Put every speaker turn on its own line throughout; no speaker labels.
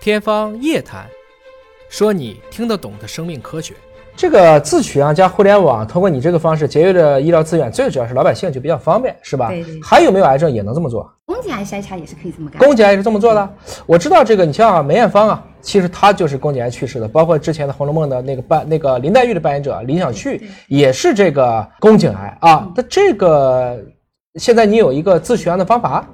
天方夜谭，说你听得懂的生命科学。
这个自取样加互联网，通过你这个方式节约了医疗资源，最主要是老百姓就比较方便，是吧？
对对对
还有没有癌症也能这么做？
宫颈癌筛查也是可以这么干。
宫颈癌也是这么做的。我知道这个，你像梅艳芳啊，其实她就是宫颈癌去世的，包括之前的《红楼梦》的那个扮那个林黛玉的扮演者李想旭
对嗯
也是这个宫颈癌啊。那这个现在你有一个自取样的方法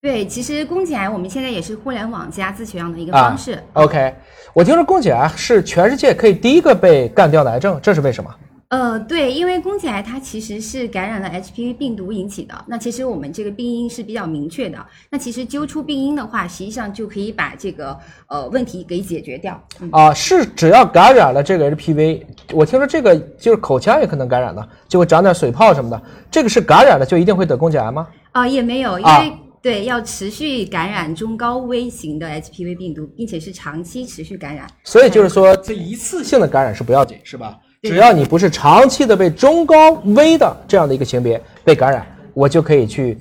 对，其实宫颈癌我们现在也是互联网加自取样的一个
啊
方式。
？OK，我听说宫颈癌是全世界可以第一个被干掉的癌症，这是为什么？
呃，对，因为宫颈癌它其实是感染了 HPV 病毒引起的。那其实我们这个病因是比较明确的。那其实揪出病因的话，实际上就可以把这个呃问题给解决掉。嗯，
啊，是只要感染了这个 HPV，我听说这个就是口腔也可能感染的，就会长点水泡什么的。这个是感染了就一定会得宫颈癌吗？
啊，也没有，因为、
啊
对要持续感染中高危型的 HPV 病毒，并且是长期持续感染。
所以就是说，这一次性的感染是不要紧，是吧？
对
只要你不是长期的被中高危的这样的一个型别被感染，我就可以去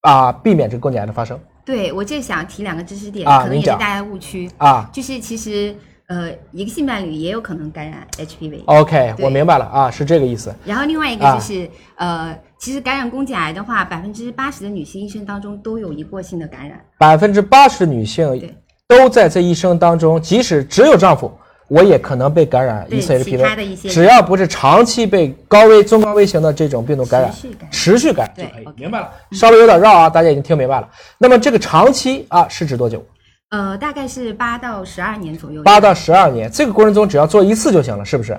啊避免这个宫颈癌的发生
对我这想提两个知识点，
啊
可能
您
也是
讲
大家误区。
啊。
就是其实呃，一个性伴侣也有可能感染 HPV。
OK，
对
我明白了啊，是这个意思。
然后另外一个
啊
就是、呃，其实感染宫颈癌的话，百分之八十的女性一生当中都有一过性的感染。
百分之八十的女性
对
都在这一生当中，即使只有丈夫，我也可能被感染
对
疑似
其他的
HPV。
一些
只要不是长期被高危、中高危型的这种病毒感染
持续感，染
持续感染
对
就可以。
OK
明白了，稍微有点绕啊，大家已经听明白了。那么这个长期啊是指多久？
呃，大概是八到十二年左右。
八到十二年，这个过程中只要做一次就行了，是不是？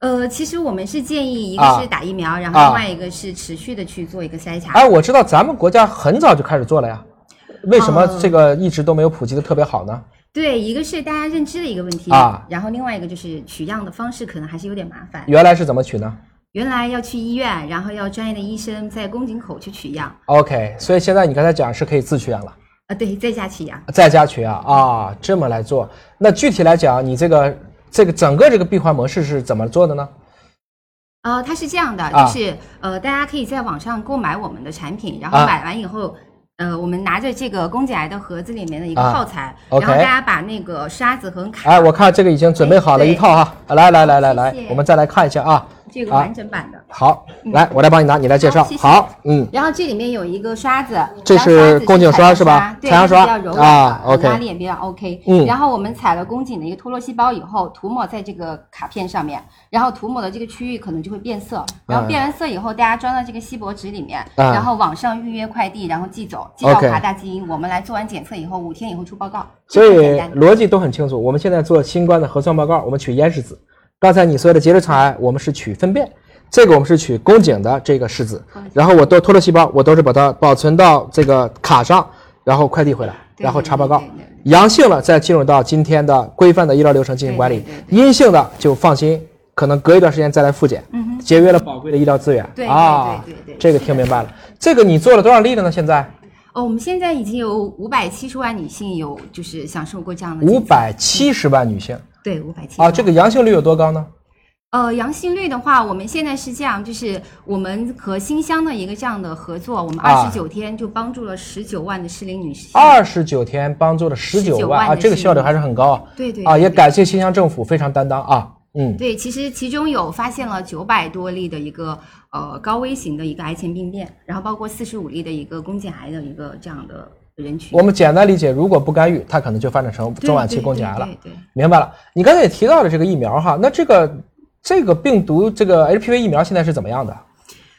呃，其实我们是建议一个
啊
是打疫苗，然
啊
后另外一个是持续的去做一个筛查。
哎，我知道咱们国家很早就开始做了呀，为什么
嗯
这个一直都没有普及的特别好呢？
对，一个是大家认知的一个问题，
啊
然后另外一个就是取样的方式可能还是有点麻烦。
原来是怎么取呢
原来要去医院，然后要专业的医生在宫颈口去取样，
？OK，所以现在你刚才讲是可以自取样了。
呃，对，在家取样。
在家取样啊，这么来做。那具体来讲，你这个这个整个这个闭环模式是怎么做的呢？
呃，它是这样的，
啊
就是呃，大家可以在网上购买我们的产品，然
啊
后买完以后，呃，我们拿着这个宫颈癌的盒子里面的一个
啊
耗材，
OK
然后大家把那个刷子和卡、
哎，我看这个已经准备好了一套啊，来来来来来
谢谢，
我们再来看一下啊。
这个
啊
完整版的，
好，来我来帮你拿，你来介绍
好谢。谢
好，嗯，
然后这里面有一个刷子，
这
然后
是
刷子
宫颈
采
刷
样
是吧
对，
采样
它
刷
比较柔软
啊
的
，OK
拉力也比较 OK。
嗯
然后我们采了宫颈的一个脱落细胞以后，涂抹在这个卡片上面，然后涂抹的这个区域可能就会变色，然后变完色以后，大家装到这个锡箔纸里面，
啊
然后网上预约快递，然后寄走，寄到
OK
华大基因，我们来做完检测以后，五天以后出报告。
所
这个很
以
简单
逻辑都很清楚。我们现在做新冠的核酸报告，我们取咽拭子。刚才你说的结直肠癌，我们是取粪便，这个我们是取宫颈的这个拭子，然后我都脱落细胞，我都是把它保存到这个卡上，然后快递回来，
对
然后查报告
对对对对。
阳性了再进入到今天的规范的医疗流程进行管理
对对，
阴性的就放心，可能隔一段时间再来复检，节约了宝贵的医疗资源。
嗯对对
啊，
对对对
这个听明白了。这个你做了多少例了呢？现在？
哦，我们现在已经有五百七十万女性有就是享受过这样的
五
检测
百七十万女性
对五百七
啊，这个阳性率有多高呢？
呃，阳性率的话，我们现在是这样，就是我们和新乡的一个这样的合作，我们
啊
二十九天就帮助了十九万的适龄女性。
二十九天帮助了十九
19
万
万
啊，
的
这个
幸
效率
运
还是很高啊。
对对
啊，
对
也
对
感谢新乡政府非常担当啊。嗯，
对，其实其中有发现了九百多例的一个呃高危型的一个癌前病变，然后包括四十五例的一个宫颈癌的一个这样的人群。
我们简单理解，如果不干预，它可能就发展成
对
中晚期
对
宫
对
颈癌了
对。对
明白了，你刚才也提到了这个疫苗哈，那这个这个病毒这个 HPV 疫苗现在是怎么样的？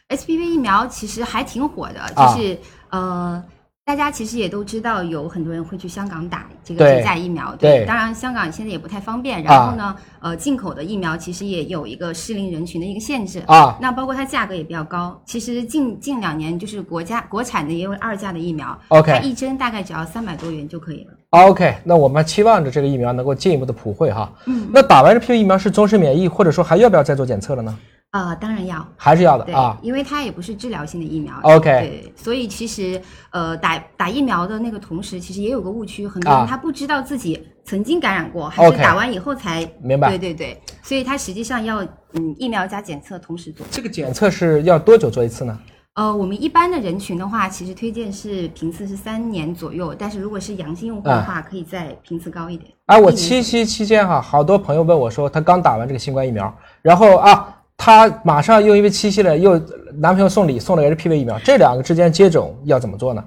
HPV 疫苗其实还挺火的，
啊
就是、呃，大家其实也都知道，有很多人会去香港打这个
对
针价疫苗。
对
当然香港现在也不太方便。
啊
然后呢，呃，进口的疫苗其实也有一个适龄人群的一个限制。
啊
那包括它价格也比较高。其实近近两年，就是国家国产的也有二价的疫苗
OK
它一针大概只要三百多元就可以了。
OK，那我们期望着这个疫苗能够进一步的普惠哈。嗯，那打完 HPV 疫苗是终身免疫，或者说还要不要再做检测了呢？
啊，当然要。
还是要的
对，
啊。
因为它也不是治疗性的疫苗。
OK
对，所以其实呃，打打疫苗的那个同时，其实也有个误区，很多
啊
人他不知道自己曾经感染过，还是
OK
打完以后才
明白
对对对，所以它实际上要嗯，疫苗加检测同时做。
这个检测是要多久做一次呢？
呃，我们一般的人群的话，其实推荐是频次是三年左右，但是如果是阳性用户的
啊
话，可以再频次高一点。
哎，我七夕期间哈、好多朋友问我说，他刚打完这个新冠疫苗，然后啊，他马上又因为七夕了，又男朋友送礼送了 HPV 疫苗，这两个之间接种要怎么做呢？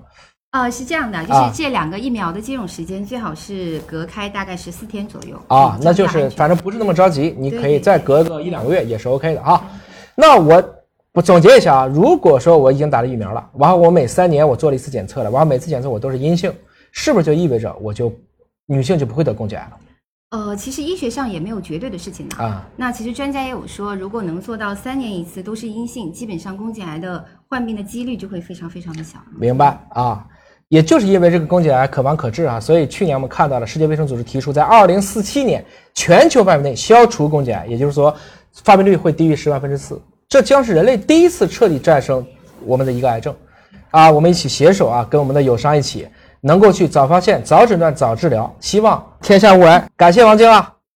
呃，是这样的，
啊
就是这两个疫苗的接种时间最好是隔开大概十四天左右
啊
嗯，
那就
这样比较
是
安全
反正不是那么着急，你
对
可以
对
再隔个一两个月也是 OK 的啊。那我我总结一下啊，如果说我已经打了疫苗了，然后我每三年我做了一次检测了，然后每次检测我都是阴性，是不是就意味着我就女性就不会得宫颈癌了
呃，其实医学上也没有绝对的事情的。
啊？
那其实专家也有说，如果能做到三年一次都是阴性，基本上宫颈癌的患病的几率就会非常非常的小。
明白啊？也就是因为这个宫颈癌可防可治啊，所以去年我们看到了世界卫生组织提出，在二零四七年全球范围内消除宫颈癌，也就是说发病率会低于十万分之四，这将是人类第一次彻底战胜我们的一个癌症啊！我们一起携手啊，跟我们的友商一起，能够去早发现、早诊断、早治疗，希望天下无癌。感谢王晶啊！